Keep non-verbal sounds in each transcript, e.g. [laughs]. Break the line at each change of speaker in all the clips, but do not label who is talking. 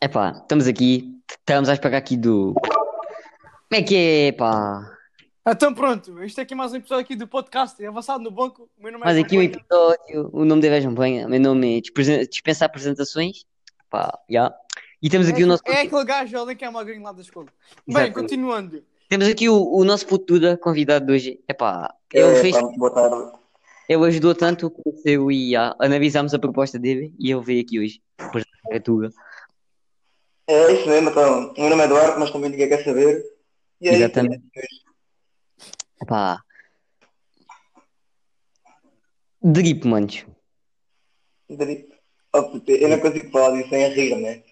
Epá, estamos aqui, estamos à espera aqui do. Como é que é, pá?
Então pronto, isto é aqui mais um episódio aqui do podcast É Avançado no Banco. O Meu nome é
Mais aqui um
João Banha.
episódio, o nome dele é João Banha, meu nome é despre- dispensa apresentações, pá, já. E temos aqui o nosso.
É, é aquele gajo ali que é magrinho lá da escola. Bem,
Exatamente.
continuando.
Temos aqui o, o nosso puto Duda, convidado de hoje. Epá, ele,
É,
fez,
pá, boa tarde.
ele ajudou tanto que eu e a analisámos a proposta dele e ele veio aqui hoje. Depois da Tuga.
É isso mesmo, então. O meu nome é Eduardo, mas também ninguém quer saber. E é isso.
Exatamente. Epá. Drip, manos.
Drip. Oh, puto, eu não consigo falar disso sem rir, né?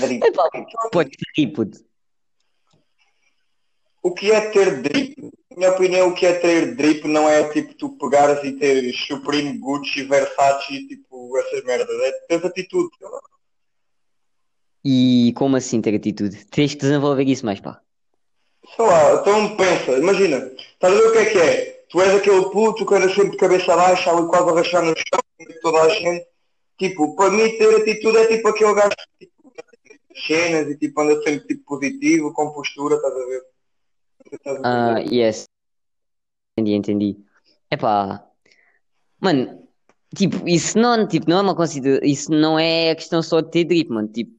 Drip.
Epá, pode rir, puto.
O que é ter drip? Na minha opinião, o que é ter drip não é tipo tu pegares e teres Supreme, Gucci, Versace e tipo essas merdas. É teres atitude.
E como assim ter atitude? Tens que desenvolver isso mais, pá.
Sei lá, então pensa, imagina, estás a ver o que é que é? Tu és aquele puto que anda sempre de cabeça baixa, ali quase a rachar no chão, com toda a gente. Tipo, para mim ter atitude é tipo aquele gajo que tipo, nas cenas e tipo anda sempre tipo, positivo, com postura, estás a ver? Estás a
Ah,
ver?
yes. Entendi, entendi. Epá. Mano, tipo, isso não, tipo, não é uma consideração. Isso não é a questão só de ter drip, mano. Tipo,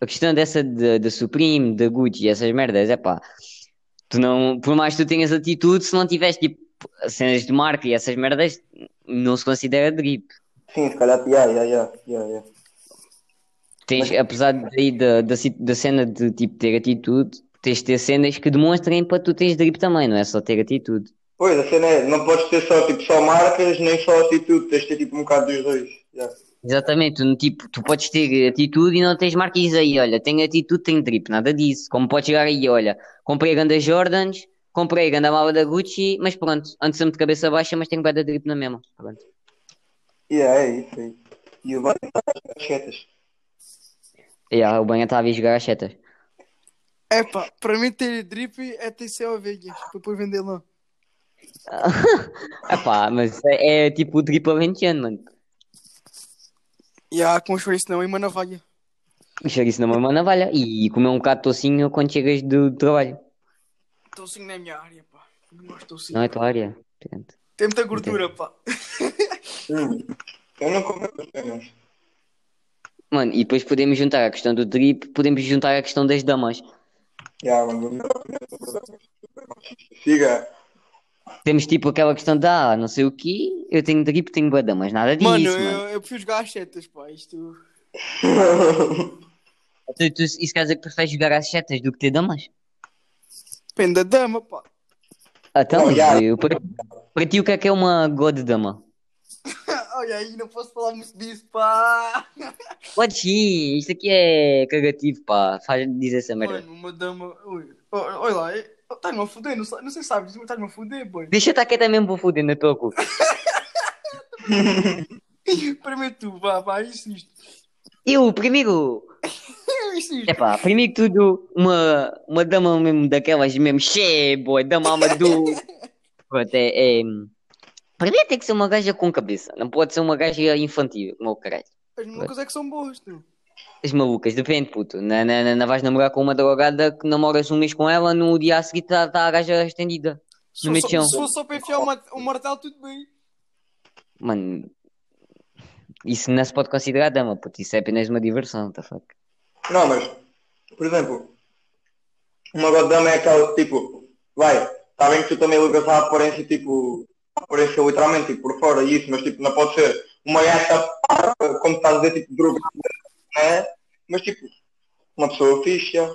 a questão dessa da de, da Supreme, da Gucci, essas merdas, epá. Tu não, por mais que tu tenhas atitude, se não tiveres, tipo, cenas de marca e essas merdas, não se considera drip.
Sim, se calhar, yeah, yeah, yeah, yeah, yeah.
Tens, apesar daí da, da, ci- da cena de tipo ter atitude, tens de ter cenas que demonstrem para tu tens drip também, não é só ter atitude.
Pois, a cena é, não podes ter só, tipo, só marcas, nem só atitude, tens de ter tipo um bocado dos dois. Yeah.
Exatamente, tu, não- tipo, tu podes ter atitude e não tens marquês aí, olha, tenho atitude, tenho drip, nada disso. Como podes chegar aí, olha, comprei a ganda Jordans, comprei a ganda mala da Gucci, mas pronto, ando sempre de cabeça baixa, mas tenho bué de drip na mesma. Pronto.
Yeah, é isso aí. E o banho as chetas.
E ah, o banho estava a jogar as setas.
Epá, para mim ter drip é ter ser ovelhas, para depois vender lá.
Epá, mas é, é tipo o drip aventiano, mano.
E há com isso não, e uma navalha.
Puxar isso na mão é uma navalha e comer um bocado de tocinho quando chegas do trabalho.
Estou assim na minha área, pá. Não gosto assim.
Não é tua área. Portanto,
Tem muita gordura, pá.
Hum. Eu não como essas cenas.
Mano, e depois podemos juntar a questão do drip, podemos juntar a questão das damas.
Ya, mano, na minha opinião, é verdade. [clears throat] Siga.
Temos tipo aquela questão da ah, não sei o quê, eu tenho drip, tenho bué damas, nada disso,
Mano,
mano.
eu, eu prefiro jogar às setas, pá. Isto.
Tu, tu, isso quer dizer que preferes jogar às setas do que ter damas?
Depende da dama, pá. [laughs]
Então,
Não, já.
eu, para, para ti o que é que é uma god dama?
Olha aí, não posso falar muito disso, pá.
Pode sim, isto aqui é cagativo, pá, faz dizer essa merda.
Mano, uma dama. Ui, o- Olha lá, estás-me a foder, não, sei- não sei se sabes, mas estás-me a foder, boy.
Deixa eu estar quieta mesmo, vou foder na tua cu.
[laughs] Primeiro tu, é vá, vá, insisto. [laughs]
Eu, primeiro,
Eu insisto.
É pá, primeiro que tudo, uma, uma dama mesmo daquelas mesmo, che, boy, dama amador. Pronto, é, é. Para mim tem que ser uma gaja com cabeça, não pode ser uma gaja infantil, como o caralho.
As malucas é que são boas, tu.
As malucas, depende, puto. Não, não, não, não vais namorar com uma drogada que namoras um mês com ela, no dia a seguir está tá a gaja estendida.
Se
No
fosse
metião.
só, se fosse só para enfiar um mat- um martelo, tudo bem.
Mano, isso não se pode considerar dama, puto, isso é apenas uma diversão, tá what the fuck.
Não, mas, por exemplo, uma godama é aquela que, tipo, vai, está bem que tu também ligas à aparência, tipo, à aparência literalmente, tipo, por fora, e isso, mas, tipo, não pode ser uma gata, parva, como estás a dizer, tipo, drogada, né? Mas, tipo, uma pessoa fixe, já.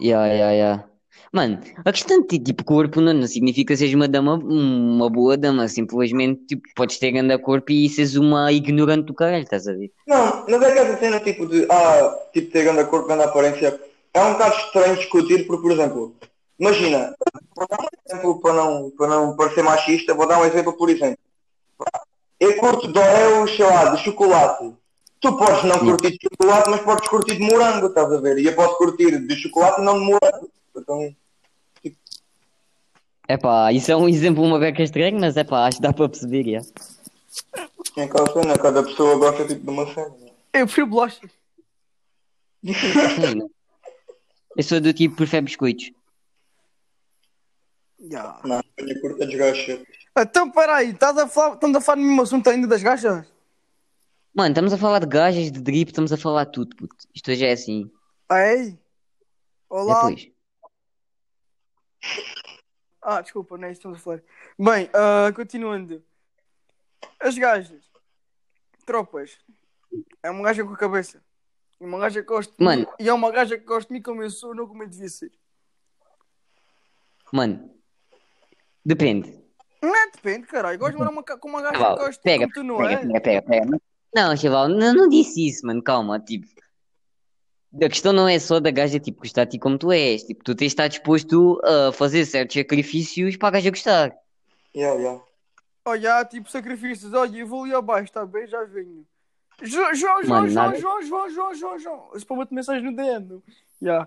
Ya, ya, ya. Mano, a questão de ter tipo corpo não, não significa seres uma dama, uma boa dama, simplesmente tipo, podes ter grande corpo e seres uma ignorante do caralho, estás a ver?
Não, mas é que essa cena tipo de ah, tipo ter grande corpo, grande aparência, é um bocado estranho discutir porque, por exemplo, imagina, vou dar um exemplo para não, para não parecer machista, vou dar um exemplo, por exemplo. Eu curto Doreos, sei lá, de chocolate. Tu podes não
Sim.
curtir de chocolate, mas podes curtir de morango, estás a ver? E eu posso curtir de chocolate e não de morango. Então,
Epá, isso é um [laughs] exemplo uma beca estranho, mas epá, acho que dá para perceber, ya.
é aquela cena, cada pessoa gosta tipo de uma cena.
Eu prefiro bolacha.
Quem não? Eu sou do tipo que prefere biscoitos.
Ya.
Não, eu curto as gajas.
Então, peraí, estás a falar, estamos a falar no mesmo assunto ainda das gajas?
Mano, estamos a falar de gajas, de drip, estamos a falar de tudo, puto. Isto hoje é assim.
Ei! Ah, é? Olá!
Depois.
Ah, desculpa, não é isso que estamos a falar. Bem, ah, continuando. As gajas. Tropas. É uma gaja com a cabeça. E uma gaja que gosta de
Mano.
mim. E é uma gaja que gosta de mim como eu sou, não como eu devia ser.
Mano. Depende.
Não é, depende, caralho. Gosto de morar uma ca- com uma gaja
Chaval,
que gosta de mim
pega,
como tu não
pega,
és.
pega, pega, pega. Não, chaval, não, não disse isso, mano. Calma, tipo. A questão não é só da gaja, tipo, gostar de ti como tu és. Tipo, tu tens de estar disposto a fazer certos sacrifícios para a gaja gostar.
Yeah, yeah.
Olha, há, tipo sacrifícios. Olha, eu vou ali abaixo, tá bem? Já venho. Jo- João, João,
Mano,
João,
nada-
João, João, João, João, João. Spamou-te mensagem no DM. Já.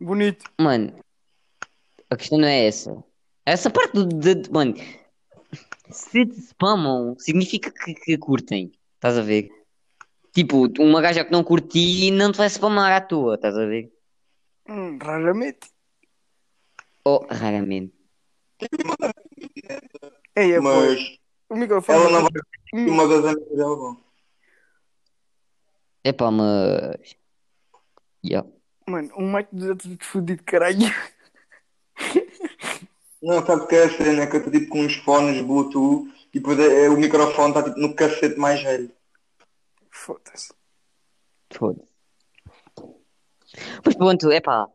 Bonito.
Mano, a questão não é essa. Essa parte do. de- de- mano, se te spamam, significa que, que curtem. Estás a ver? Tipo, uma gaja que não curte ti não te vai spamar à toa, estás a ver?
Hum, raramente.
Ou Oh, raramente.
Ei, é, pô,
Mas
o microfone.
ela não vai
Hum.
ser uma das amigas dela. não.
É pá, mas. Yeah.
Mano, um método de de fudido, caralho. [laughs]
Não, sabe o que é a cena? É que eu estou tipo com uns fones Bluetooth e depois é- é- o microfone está tipo no cacete mais velho.
Foda-se.
Foda-se. Pois pronto, é pá.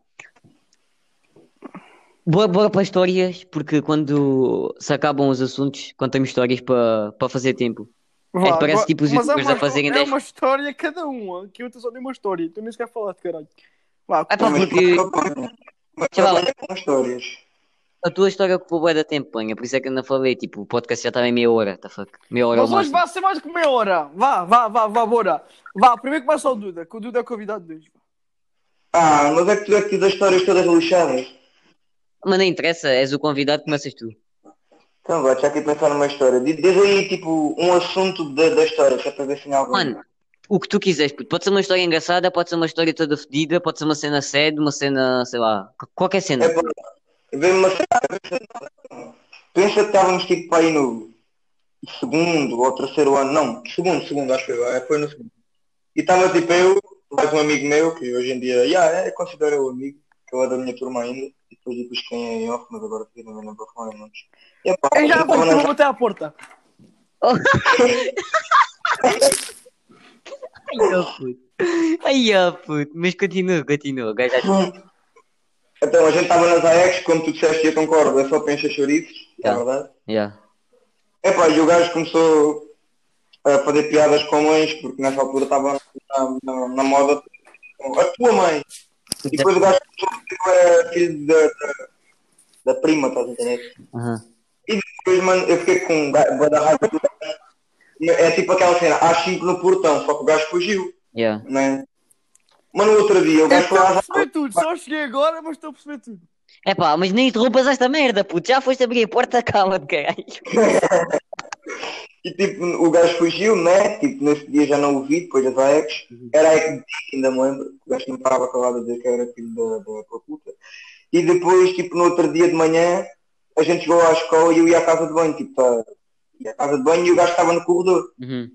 Bora, bora para histórias, porque quando se acabam os assuntos, contamos histórias para para fazer tempo. É, parece
agora-
tipo os
mas é
youtubers a
uma-
fazerem
É
dez-
uma história cada um, ó, que eu estou só de uma história. Tu nem sequer falaste, caralho. Vá,
É pá,
Mas
porque
mas
Chaval.
trabalha com histórias.
a tua história ocupou bué da tempo, panha, por isso é que eu não falei. Tipo, o podcast já estava em meia hora, tá fuck. Meia hora ao
mas hoje
máximo.
vai ser mais que meia hora. Vá, vá, vá, vá, bora. Vá, primeiro começa o Duda, que o Duda é o convidado de hoje.
Ah, mas é que tu é que tens as histórias todas lixadas.
Mas não interessa, és o convidado, começas tu.
Então vá, deixa aqui pensar numa história. Diz, diz aí tipo um assunto da, da história, que é para ver se tem algum.
Mano, o que tu quiseres, puto. Pode ser uma história engraçada, pode ser uma história toda fedida, pode ser uma cena séria, uma cena, sei lá, qu- qualquer cena.
É para ver uma cena. Pensa que estávamos tipo aí no segundo ou terceiro ano. Não, segundo, segundo, acho que foi, é, foi no segundo. E estava tipo eu, mais um amigo meu, que hoje em dia já é, considero o amigo, que eu é da minha turma ainda, e depois digo os quem é em off, mas agora fica não lembro qual é o nome. E, epá,
Eu já
eu
vou,
tava
eu
na-
vou bater à porta.
Ai, ó, puto. Ai, ó, puto. Mas continua, continua. Agora já-
Então, a gente estava nas AEX, como tu disseste, e eu concordo, é só para encher chouriços, é
Tá.
verdade.
Já.
Epá, e o gajo começou a fazer piadas com mães, porque nessa altura estava na, na- na moda a tua mãe. E depois o gajo começou a dizer que eu era filho da, da, da prima, estás a entender?
Aham.
E depois, mano, eu fiquei com boa da raiva do gajo. E É tipo aquela cena, há cinco no portão, só que o gajo fugiu,
Já.
né? Mas no outro dia o
Eu
gajo foi
estou
lá
a perceber tudo, só cheguei agora, mas estou a perceber tudo.
É pá, mas nem interrompas esta merda, puto. Já foste abrir a porta, [laughs] cala-te, caralho.
E tipo, o gajo fugiu, né? Tipo, nesse dia já não o vi, depois das AEX. Era a que ainda me lembro. O gajo não estava acabado de dizer que eu era filho da, da, da puta. E depois, tipo, no outro dia de manhã, a gente chegou à escola e eu ia à casa de banho. Tipo, tá, ia à casa de banho e o gajo estava no corredor.
Uhum.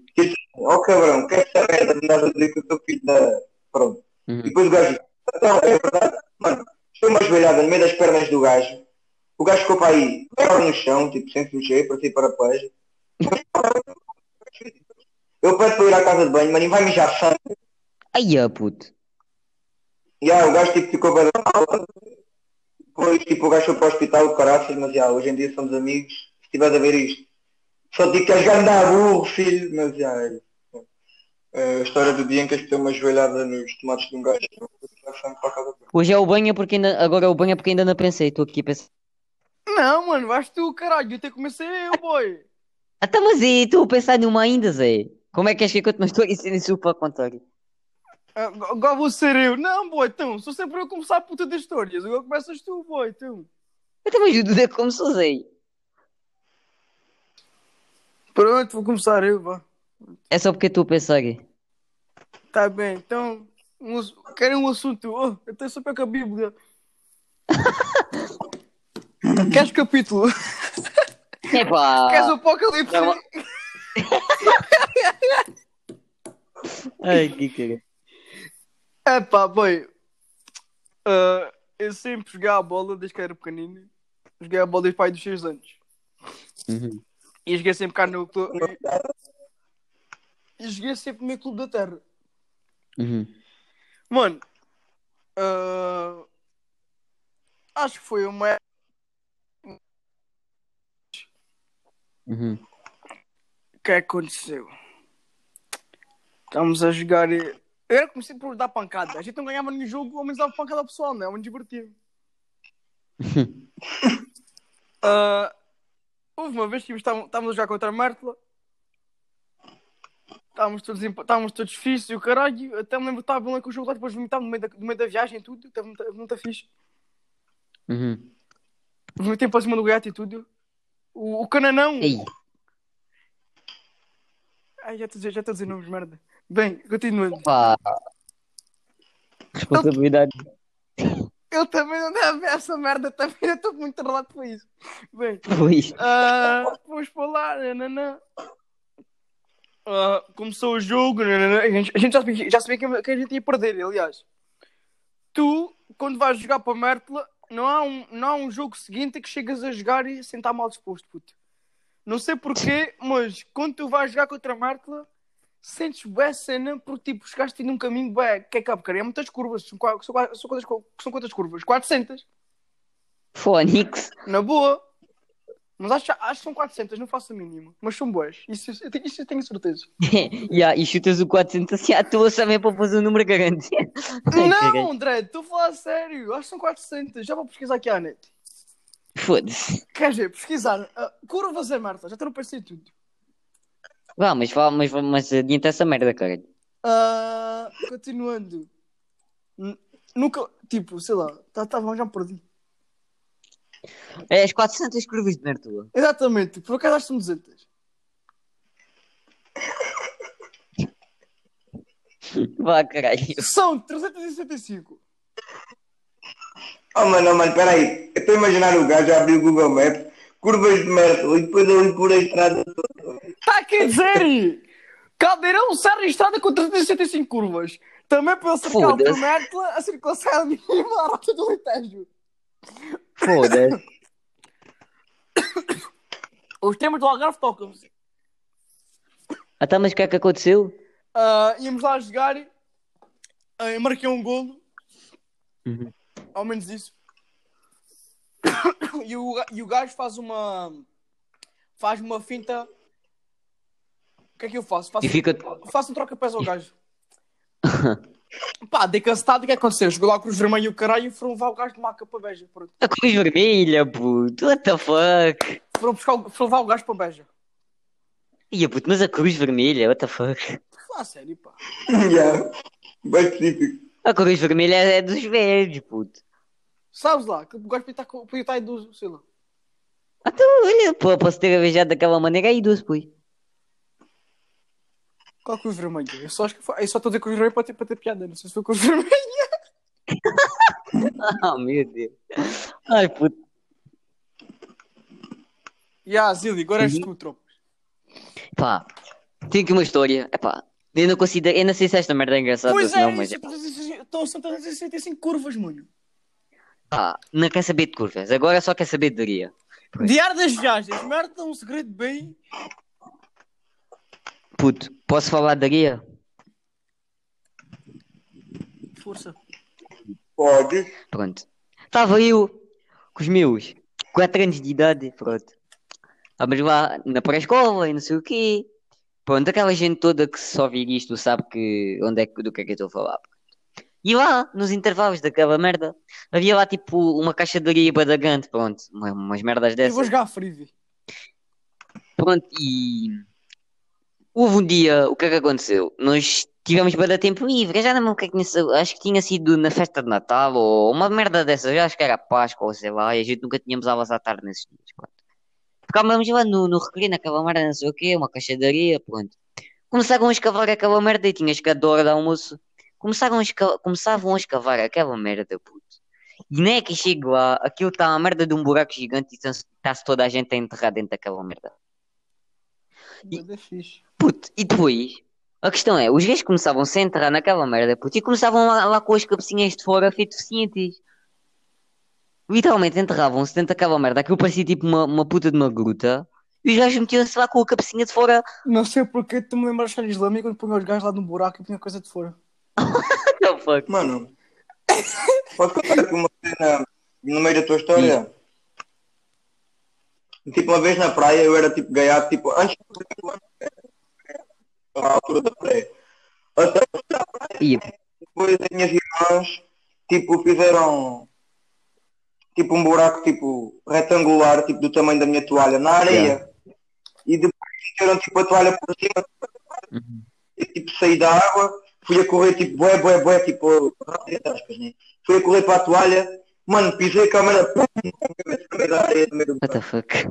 Ó cabrão, que é esta merda? Me dás a dizer que eu sou filho da... Pronto. E
Uhum.
depois o gajo, então, é verdade, mano, estou uma joelhada no meio das pernas do gajo. O gajo ficou para aí, perna no chão, tipo, sem se mexer, para sair para a peixe. Eu peço para ir à casa de banho, mano, e vai mijar sangue.
Ai, ó, puto.
E ah, o gajo tipo, ficou bem mal. Depois, tipo, o gajo foi para o hospital, o caraças, mas já, hoje em dia somos amigos, se estiveres a ver isto. Só digo que és ganda burro, filho, mas já, é. É, A história do dia em que deu uma joelhada nos tomates de um gajo, eu vou tirar sangue para a casa de banho.
Hoje é o banho é porque ainda. Agora é o banho é porque ainda não pensei. Estou aqui a pensar.
Não, mano, vais tu, caralho. Eu até comecei eu, boy.
Ah, tá, mas e estou a pensar numa ainda, Zé. Como é que és que eu conto uma história e sendo isso para contar?
Ah, Agora vou ser eu. Não, boy, então. Sou sempre eu a começar a puta das histórias. Agora começas tu, boy, então.
Até mas o Duda começou, Zé.
Pronto, vou começar eu, vá.
É só porque estou a pensar.
Tá bem, então. Um, ass- querem um assunto? Oh, eu estou super com a Bíblia. Queres capítulo?
Epá!
Queres o Apocalipse?
Ah. não. Ai, que cara.
É pá, bem. ah, eu sempre joguei a bola desde que era pequenino. Joguei a bola desde pai dos 6 anos.
Uhum.
E joguei sempre cá no clube. E joguei sempre no meu clube da terra.
Uhum.
Mano. ah, Acho que foi uma.
Uhum.
O que aconteceu? Estamos a jogar. e- Eu era comecei por dar pancada. A gente não ganhava nenhum jogo, ao menos dava pancada ao pessoal, né? É muito divertido. Ah, houve uma vez que estávamos estávamos a jogar contra a Mértola. Estávamos todos, em- estávamos todos fixos e o caralho. Até me lembro que estava lá com o jogo lá, depois vomitava no meio da, no meio da viagem e tudo. Estava muito, muito fixe.
Uhum.
Vomitei para cima do gato e tudo. O, o Cananão.
Ei,
Ai, já estou a dizer- já estou a dizer nomes, merda. Bem, continuando.
pá! Responsabilidade.
Eu também não devo essa merda, também eu estou muito enrolado com isso. Bem,
Luís.
ah, vamos para lá, nananã. Ah, começou o jogo, nananã. A gente, a gente já sabia, já sabia que, que a gente ia perder, aliás. Tu, quando vais jogar para a Mértola, não há, um, não há um jogo seguinte que chegas a jogar e sem estar mal disposto, puto. Não sei porquê, mas quando tu vais jogar contra a Mértola, sentes bué cena porque tipo, chegaste num caminho bué, que é que é, porcaria, há muitas curvas, são, qua- são, qua- são quantas, cu- são quantas curvas? 400,
Fónix. [laughs]
na boa. Mas acho, acho que são 400, não faço a mínima, mas são boas, isso, eu tenho- isso eu tenho certeza.
yeah, e chutas o 400 assim à toa também para fazer um número grande. Ai,
não,
caralho.
André, estou a falar a sério, acho que são 400, já vou pesquisar aqui à net.
Foda-se.
Quer dizer, pesquisar, ah, curvas a Marta, já tá estou a pensar em tudo.
Vá, mas, vá, mas, vá, mas adianta essa merda, cara.
Ah, continuando, N- nunca, tipo, sei lá, tá, tá, bom, já me perdi.
É as 400 curvas de Mertua.
Exatamente, por acaso acho que são 200.
Vá, caralho.
São 365.
Oh mano, oh, mano, peraí. Eu estou a imaginar o gajo a abrir o Google Maps, curvas de Merkel e depois ali por a estrada.
Está Tá a querer dizer? Caldeirão serra estrada com 365 curvas. Também para cercar o
Foda-se.
Prometla, a circulação é mínima da rota do Lentejo.
[laughs] Foda-se.
Os temas do Algarve tocam-se.
Até mas o que é que aconteceu?
Ah, íamos lá jogar. ah, eu marquei um golo.
Uhum.
Ao menos isso. [coughs] E o, ga- e o gajo faz uma... Faz uma finta... O que é que eu faço? Faço
E fica.
Faço um troca-pés ao gajo. Pá, dei cacetado, o que aconteceu? Jogou lá o Cruz Vermelho e o caralho e foram levar o gajo de maca para Beja. Pronto.
[laughs] A cruz vermelha, puto. What the fuck?
Foram, buscar o- foram levar o gajo para Beja.
Ia, puto, mas a cruz vermelha, what the fuck?
Fala a sério, pá.
yeah. Bem específico.
A cruz vermelha é dos velhos, puto.
Sabes lá, que o gajo podia estar com- podia estar idoso, sei lá.
Então, olha, pô, posso ter avejado daquela maneira aí duas, pô. [laughs]
Qual é Cruz Vermelho? Eu só acho que foi... Eu só estou a dizer Cruz Vermelho para ter, para ter piada, não sei se foi Cruz [laughs] Vermelho.
Ah, meu Deus. Ai, puto.
E a Zili, agora
Uhum.
és tu, tropa.
Pá, tenho aqui uma história. Epá, eu não considero. Eu não sei se esta merda é engraçada ou
Pois
se não,
é,
mas.
isso é, preciso- então são 365 curvas, mano.
Pá, não quer saber de curvas. Agora só quer saber de daria. Pois.
Diário das viagens, merda, um segredo bem...
Puto, posso falar de daria?
Força.
Pode.
Pronto. Estava eu com os meus 4 anos de idade, pronto. Estávamos lá na pré-escola e não sei o quê. Pronto, aquela gente toda que só vir isto sabe que onde é que, do que é que eu estou a falar. pronto. E lá, nos intervalos daquela merda, havia lá tipo uma caixa de areia badagante, pronto, uma- umas merdas
Eu vou
dessas.
jogar a Freevee.
Pronto, e houve um dia, o que é que aconteceu? Nós tivemos bada tempo livre, eu já não me lembro o que é que tinha sido, acho que tinha sido na festa de Natal ou uma merda dessas, eu acho que era Páscoa ou sei lá, e a gente nunca tínhamos aulas à tarde nesses dias, pronto. Ficávamos lá no, no recreio, naquela merda, não sei o quê, uma caixa de areia, pronto. Começaram a escavar aquela merda e tinha chegado a hora do almoço. Começaram a esca- Começavam a escavar aquela merda, puto. E nem é que chego lá, aquilo está a merda de um buraco gigante e está-se toda a gente a enterrar dentro daquela merda.
Mas é fixe.
Puto, e depois? A questão é, os gays começavam -se a entrar naquela merda, puto, e começavam lá, lá com as cabecinhas de fora deficientes. Literalmente enterravam-se dentro daquela merda, aquilo parecia tipo uma, uma puta de uma gruta, e os gajos metiam-se lá com a cabecinha de fora.
Não sei porque tu me lembras de Charles Lamy quando punha os gajos lá no buraco e punha coisa de fora.
[laughs] What the fuck?
Mano, posso contar aqui uma cena no meio da tua história? Tipo, uma vez na praia eu era tipo gaiato, tipo, antes da altura da praia. Até
E,
depois as minhas irmãs, tipo, fizeram tipo um buraco tipo retangular, tipo do tamanho da minha toalha, na areia.
Yeah.
E depois fizeram tipo a toalha por cima.
Uhum.
Eu, tipo, saí da água, fui a correr tipo bué, bué, bué, tipo, rápido, entre aspas, né? Fui a correr para a toalha, mano, pisei a câmera, pum, com a cabeça no meio da areia, no meio do
what the fuck?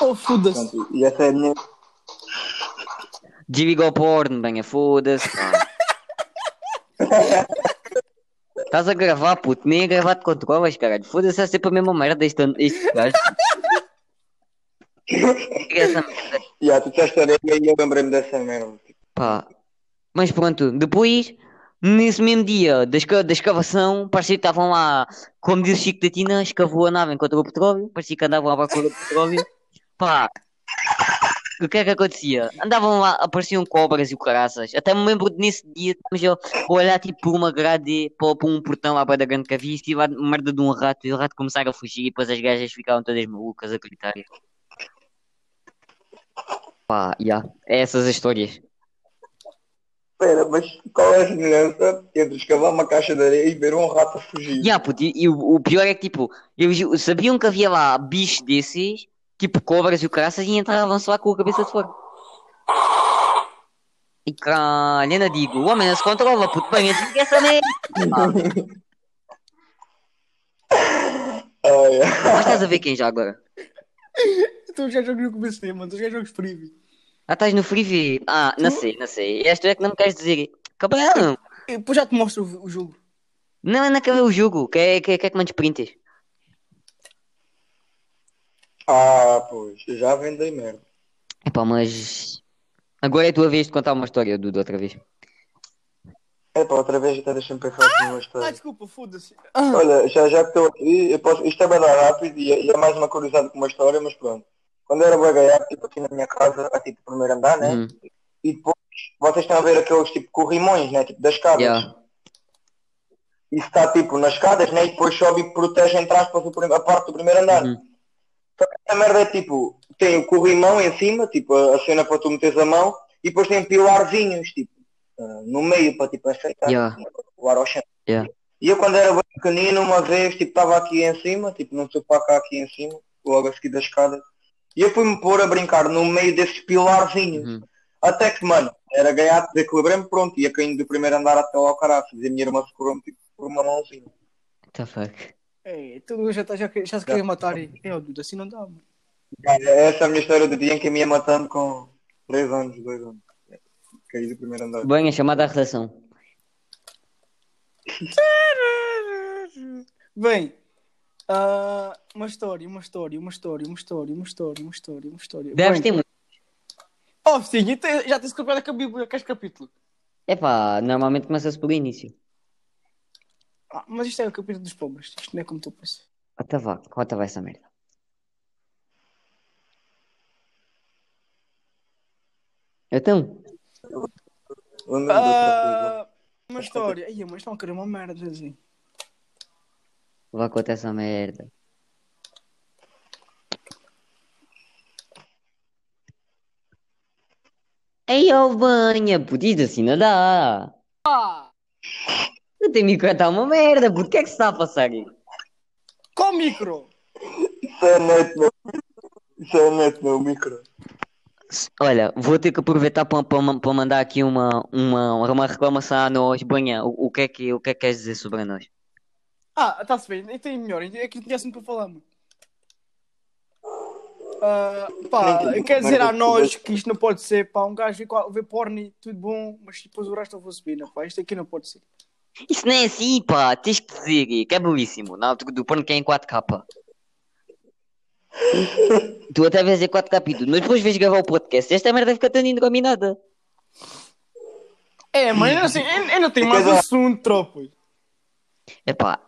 Oh, foda-se.
Portanto, E essa é a minha.
Desliga o porno, bem, foda-se. [laughs] pá. Estás a gravar, puto, nem a gravar te controlas, caralho. Foda-se, é sempre a mesma merda este, este [laughs] gajo. Diga essa merda.
Yeah, tu disseste areia e eu lembrei-me dessa merda. tipo.
Pá. Mas pronto, depois, nesse mesmo dia da, esca- da escavação, parecia que estavam lá, como diz o Chico da Tina, escavou a nave, encontrou o petróleo, parecia que andavam à procura do petróleo. Pá. O que é que acontecia? Andavam lá, apareciam cobras e o caraças. Até me lembro de nesse dia estamos a olhar tipo por uma grade, para por um portão lá para da grande cavia e estive lá merda de um rato e o rato começaram a fugir e depois as gajas ficavam todas malucas a gritar. Pá, já. É essas as histórias.
Espera, mas qual é a semelhança entre escavar uma caixa de areia e ver um rato a fugir?
Yeah, puto, e, e o, o pior é que, tipo, eles sabiam que havia lá bichos desses, tipo cobras e o caraças, e entravam-se lá com a cabeça de fora. E caralho, ainda digo, o homem não se controla, puto, bem, é eu digo essa merda. Ah,
Ah, yeah.
mas estás a ver quem já agora?
Então os gajos jogos no começo mano. Os gajos jogos privy.
Ah, estás no Freevee? Ah, não sei, não sei. Esta é que não me queres dizer. Cabrão!
E Depois já te mostro o, o jogo.
Não, não acabei o jogo. Quer, quer, quer que mandes prints?
Ah, pois, já vendei merda.
Epá, mas... Agora é a tua vez de contar uma história, Dudu, outra vez.
É para outra vez até deixa-me pensar aqui numa
Ah,
história.
desculpa, foda-se. Ah,
Olha, já já que estou aqui, eu posso, isto é bem rápido e é, e é mais uma curiosidade que uma história, mas pronto. Quando eu era bem gaiato, tipo aqui na minha casa, aqui do primeiro andar, né?
Hum,
E depois vocês estão a ver aqueles tipo corrimões, né? Tipo das
Tá
escadas.
yeah.
Isso está tipo nas escadas, né? E depois sobe e protege entre aspas o prim- a parte do primeiro andar.
Uhum.
Só que essa merda é tipo, tem o corrimão em cima, tipo, a a cena para tu meteres a mão, e depois tem pilarzinhos, tipo, ah, no meio para tipo aceitar
Yeah.
o ar ao chão.
Yeah.
E eu quando era bem pequenino, uma vez, tipo, estava aqui em cima, tipo, num sofá cá aqui em cima, logo a seguir da escada, e eu fui-me pôr a brincar no meio desses pilarzinhos.
Uhum.
Até que, mano, era gaiato, desequilibrei-me, pronto, ia caindo do primeiro andar até ao caralho, e a minha irmã segurou-me, tipo, por uma mãozinha.
What the fuck?
é, tu já, tá- já, já se queria matar. hein? É, ó, Duda, assim não dá, mano.
Cara, Essa é a minha história do dia em que me ia matando com 3 anos, 2 anos. Caí do primeiro andar.
Bem, a chamada à redação.
Bem, ah, uma história, uma história, uma história, uma história, uma história, uma história, uma história.
Deves
Bem,
ter muito.
Oh, sim, e tem- já tens que comprar com a Bíblia, queres capítulo?
Epá, normalmente começa-se pelo início.
Ah, mas isto é o capítulo dos pobres, isto não é como tu pensas.
Até vá, conta vai essa merda. Então,
Eu não dou pra
Ah, uma história. Ai, mas estão a querer uma merda, assim.
vá contar essa merda. Ei, Albanha, puto, isto assim não dá.
Ah!
Eu tenho me cantar uma merda, puto, o que é que se está a passar aí?
Com micro!
tu. Isso é neto, meu. Isso é neto, meu micro.
Olha, vou ter que aproveitar para mandar aqui uma, uma, uma reclamação a nós, Banha. O, o que é que, o que é que queres dizer sobre nós?
tá Ah, está-se bem, então é melhor, é que não tinha assunto para falar, mano. Ah, pá,
Nem tudo,
quer
mas
dizer a
tudo
nós
bem.
que isto não pode ser, pá, um gajo vê qual- vê porno, tudo bom, mas tipo, depois o resto eu vou subir, não, pá, isto aqui não pode ser.
Isso não é assim, pá. Tens que dizer eh, que é belíssimo. Na altura do porno que é em 4K. tu até vês em 4K e tudo, mas depois vês gravar o podcast. Esta merda fica tão indominada.
É, mas eu não, sei, eu, eu não tenho mais
Coisa-
assunto, tropa.
É pá.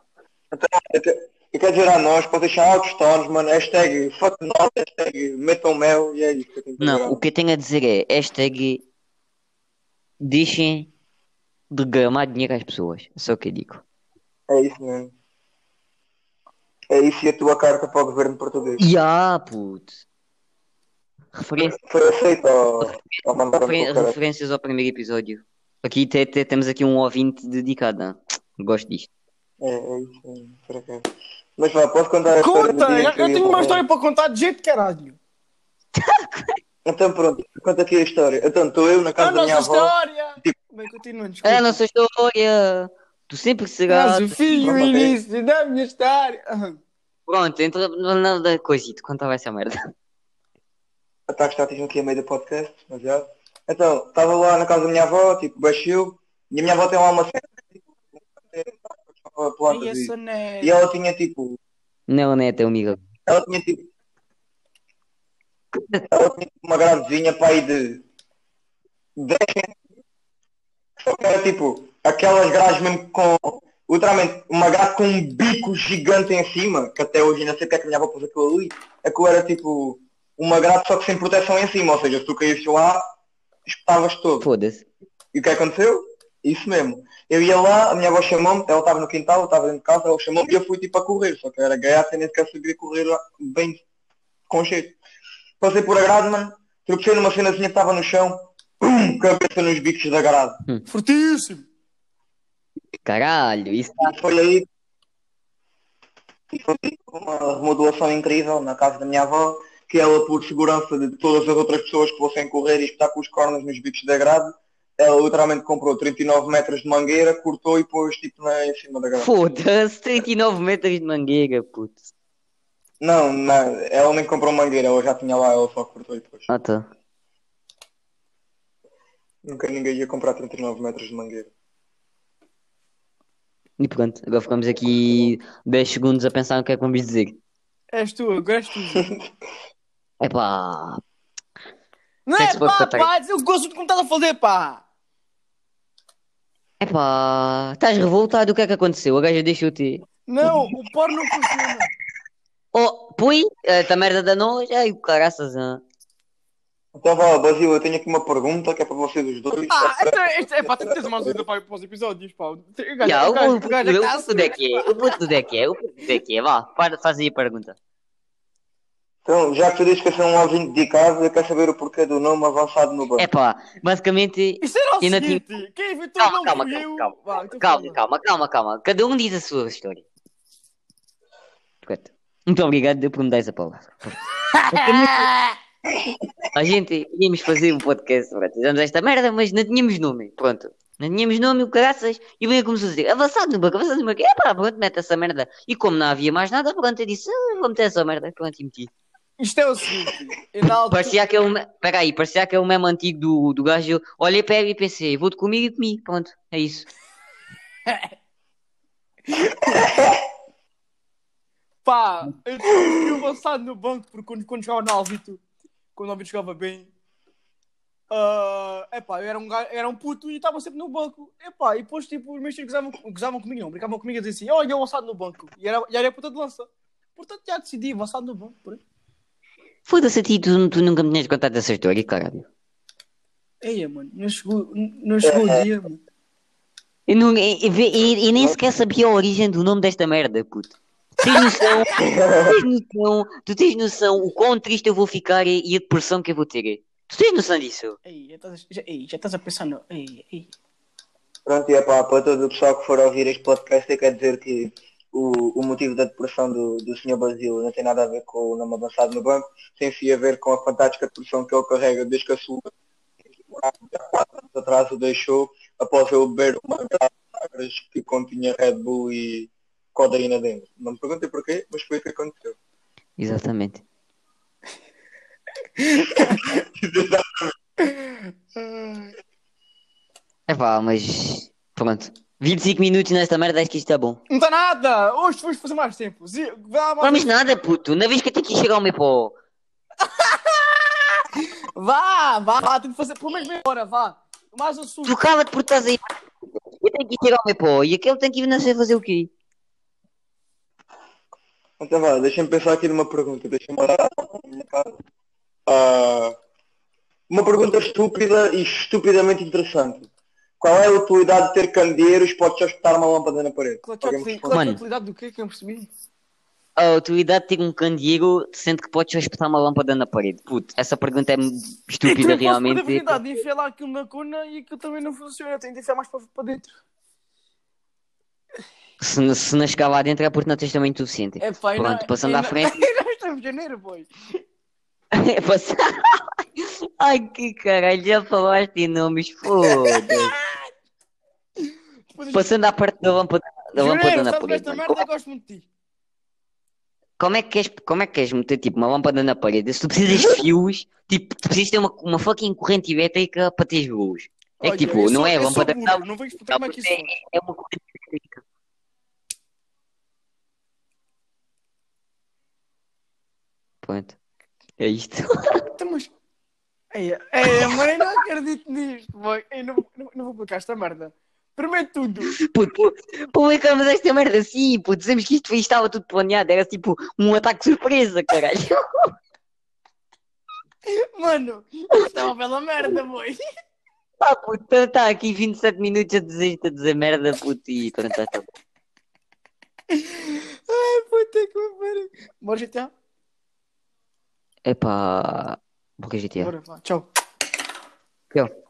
Eu que- eu quero dizer a nós, pode deixar altos tons, mano. Hashtag fuck nós, hashtag metam mel e é isso que eu tenho que
Não,
dizer.
o que eu tenho a dizer é hashtag deixem de gamar dinheiro às pessoas. É só o que eu digo.
É isso mesmo. É isso e a tua carta para o governo português.
E ah, puto. Referência-
Foi aceita ao, ao mandaram
refer-
para o cara.
referências ao primeiro episódio. Aqui até, até temos aqui um ouvinte dedicado. né? Gosto disto.
É, é isso mesmo, por acaso. Mas vá, posso contar a história do
Conta,
dia
eu,
que
eu
ia
tenho
para
uma
o
história para contar de jeito caralho.
Então pronto, conta aqui a história. Então estou eu na
A
casa da minha
nossa
avó. tipo,
história! Bem, continua, desculpa.
É a nossa história. Tu sempre serás.
Mas o fim e o
Vamos ver.
início da minha história. Aham.
Pronto, entra na na coisa e tu contava essa merda.
ataques táticos aqui a meio do podcast, mas já. Então, estava lá na casa da minha avó, tipo, baixou, e a minha avó tem lá uma cena, tipo,
E
plantas,
essa
e,
né?
e ela tinha tipo,
Não, não é teu amigo.
ela tinha tipo, ela tinha tipo, uma gradezinha para aí de 10 centímetros. só que era tipo, aquelas grades mesmo com, ultramente, uma grade com um bico gigante em cima, que até hoje não sei porque é que a minha avó pôs aquilo ali, aquilo era tipo, uma grade só que sem proteção em cima, ou seja, se tu caísse lá, espetavas todo.
Foda-se.
E o que aconteceu? Isso mesmo. Eu ia lá, a minha avó chamou-me, ela estava no quintal, eu estava dentro de casa, ela chamou-me e eu fui tipo a correr, só que eu era gaiato e nem sequer sabia correr lá, bem com jeito. Passei por a grade, mano, tropecei numa cenazinha que estava no chão, pum, cabeça nos bicos da grade.
Fortíssimo!
Caralho, isso tá
E foi aí e foi uma remodelação incrível na casa da minha avó, que ela por segurança de todas as outras pessoas que fossem correr e espetar com os cornos nos bicos da grade, ela literalmente comprou 39 metros de mangueira, cortou e pôs tipo na, em cima da grade.
Foda-se, 39 metros de mangueira, puto.
Não, não, ela nem comprou mangueira, ela já tinha lá, ela só cortou e pôs.
Ah, tá.
Nunca ninguém ia comprar 39 metros de mangueira.
E pronto, agora ficamos aqui 10 segundos a pensar no que é que vamos dizer.
És tu, agora és tu.
Epá,
Não
Tem que tá
é
se pôr
pá,
para
pá, eu gosto de como estás a fazer, pá!
epá, estás revoltado? O que é que aconteceu? A gaja deixou-te. ir.
Não, o porno não funciona.
Oh, põe esta merda da nós. Ai, o caraças, ah.
Então vá, Basílio, eu tenho aqui uma pergunta que é para vocês os dois.
[laughs] Ah, então, este, é pá, tu tens uma ajuda para, para os episódios, pá. O gajo-
Já,
o
o
gajo-
o
o
puto
gajo é que tá a
o puto é
ser-
que é, o puto é que é, o puto é que é. Vá, para- faz aí a pergunta.
Então, já que tu dizes que eu sou um ouvinte de casa, eu quero saber o porquê do nome avançado no banco.
Epá, É basicamente.
Isto era o
E não tinha-
seguinte, quem inventou o
Calma,
nome
calma,
foi
calma,
eu.
calma.
Vá, então
Calma,
fala.
calma, calma, calma. Cada um diz a sua história. Correto. Muito obrigado por me dares a palavra. A gente íamos fazer um podcast, pronto, fizemos esta merda, mas não tínhamos nome, pronto. Não tínhamos nome, o caraças, e o Benha começou a dizer, avançado no banco, avançado no banco, é pá, pronto, mete essa merda. E como não havia mais nada, pronto, eu disse, ah, vou meter essa merda, pronto, e meti.
Isto é o seguinte, eu na altura-
Parecia aquele, me- peraí, parecia aquele meme antigo do, do gajo, olhei para ele e pensei, vou-te comer e comi, pronto, é isso.
Pá, eu fui avançado no banco porque quando, quando jogava na Alvito, quando o Alvito jogava bem, ah, epá, eu era um, gajo- era um puto e estava sempre no banco. Epá, e depois tipo, os meus tios gozavam, gozavam comigo, não, brincavam comigo e diziam assim: olha, eu avançado no banco. E era, e era puta de lança. Portanto, já decidi avançado no banco. Por aí.
Foda-se a ti, tu, tu nunca me tinhas contado essa história, caralho.
Eia, mano, não chegou, não chegou o dia, mano.
E, não, e, e, e- e nem sequer sabia a origem do nome desta merda, puto. Tens noção, tens noção, tu tens noção o quão triste eu vou ficar e, e a depressão que eu vou ter. Tu tens noção disso?
Ei, já estás, já, ei, já estás a pensar no. Ei, ei.
Pronto, e é pá, para todo o pessoal que for ouvir este podcast, eu quero dizer que o, o motivo da depressão do, do Sr. Basílio não tem nada a ver com o nome avançado no banco, tem sim a ver com a fantástica depressão que ele carrega desde que a sua há quatro anos atrás o deixou após ele beber uma garrafa de águas que continha Red Bull e codeína dentro. Não me perguntem porquê, mas foi o que aconteceu.
Exatamente. É pá, mas pronto. 25 minutos nesta merda, acho que isto está bom.
Não está nada! Hoje vamos fazer mais tempo. Zi- Vá, vá,
Vamos nada, puto. Na vez que eu tenho que chegar ao meu pó.
vá, vá, vá, tem que fazer pelo menos meia hora, vá. Mais um suco.
Tu cala-te porque estás aí. Eu tenho que chegar ao meu pó e aquele tem que ir não sei fazer o quê.
Então vá, deixa-me pensar aqui numa pergunta. Deixa-me olhar na minha cara. Ah, uma pergunta estúpida e estupidamente interessante. Qual é a utilidade de ter candeeiros? Podes só espetar uma lâmpada na parede.
Qual é que é a
Alguém me
utili-
responde?
qual é que é a
Mano.
utilidade do quê que eu não percebi?
A utilidade de ter um candeeiro sendo que podes só espetar uma lâmpada na parede. Puto, essa pergunta é
Eu
estúpida
também posso perder a
realmente.
habilidade de enfiar lá aquilo na cona e aquilo também não funciona. Eu tenho de enfiar mais para, para dentro.
Se, n- se não chegar lá dentro é porque não tens também o suficiente.
É pá, e
Pronto,
não-
passando
e
à
não- [laughs]
frente.
e nós estamos em janeiro, boy.
[laughs] É passar. Ai que caralho, já falaste em nomes, foda-se.
Depois-
Passando à parte da lâmpada, da lâmpada
Janeiro,
na
sabe
parede.
desta
mano.
merda, eu gosto muito de ti.
Como é que queres, como é que queres meter tipo uma lâmpada na parede? Se tu precisas de fios, tipo, tu precisas ter uma, uma fucking corrente elétrica para teres luz. É que
Olha,
tipo,
eu
não
sou-
é
eu sou
lâmpada.
burro,
Não,
Não vou explicar como é que isso
é,
funciona.
é uma corrente elétrica. Pronto. É isto.
Então, mas... Ei,
[laughs]
ei, mano, eu não acredito nisto, boy. Eu não, não, não vou publicar esta merda. Primeiro de tudo.
Puto, publicamos esta merda assim, puto, dizemos que isto foi- estava tudo planeado, era tipo um ataque surpresa, caralho. [laughs]
Mano, isto é uma bela merda, boy. [laughs]
Pá, puto, tá, tá aqui 27 minutos a dizer, a dizer merda, puto, e pronto, tá, tá.
Ai, puta que me pariu. Bora, então? GTA?
Epá, porque a gente é.
Bora, vá. Tchau.
Tchau.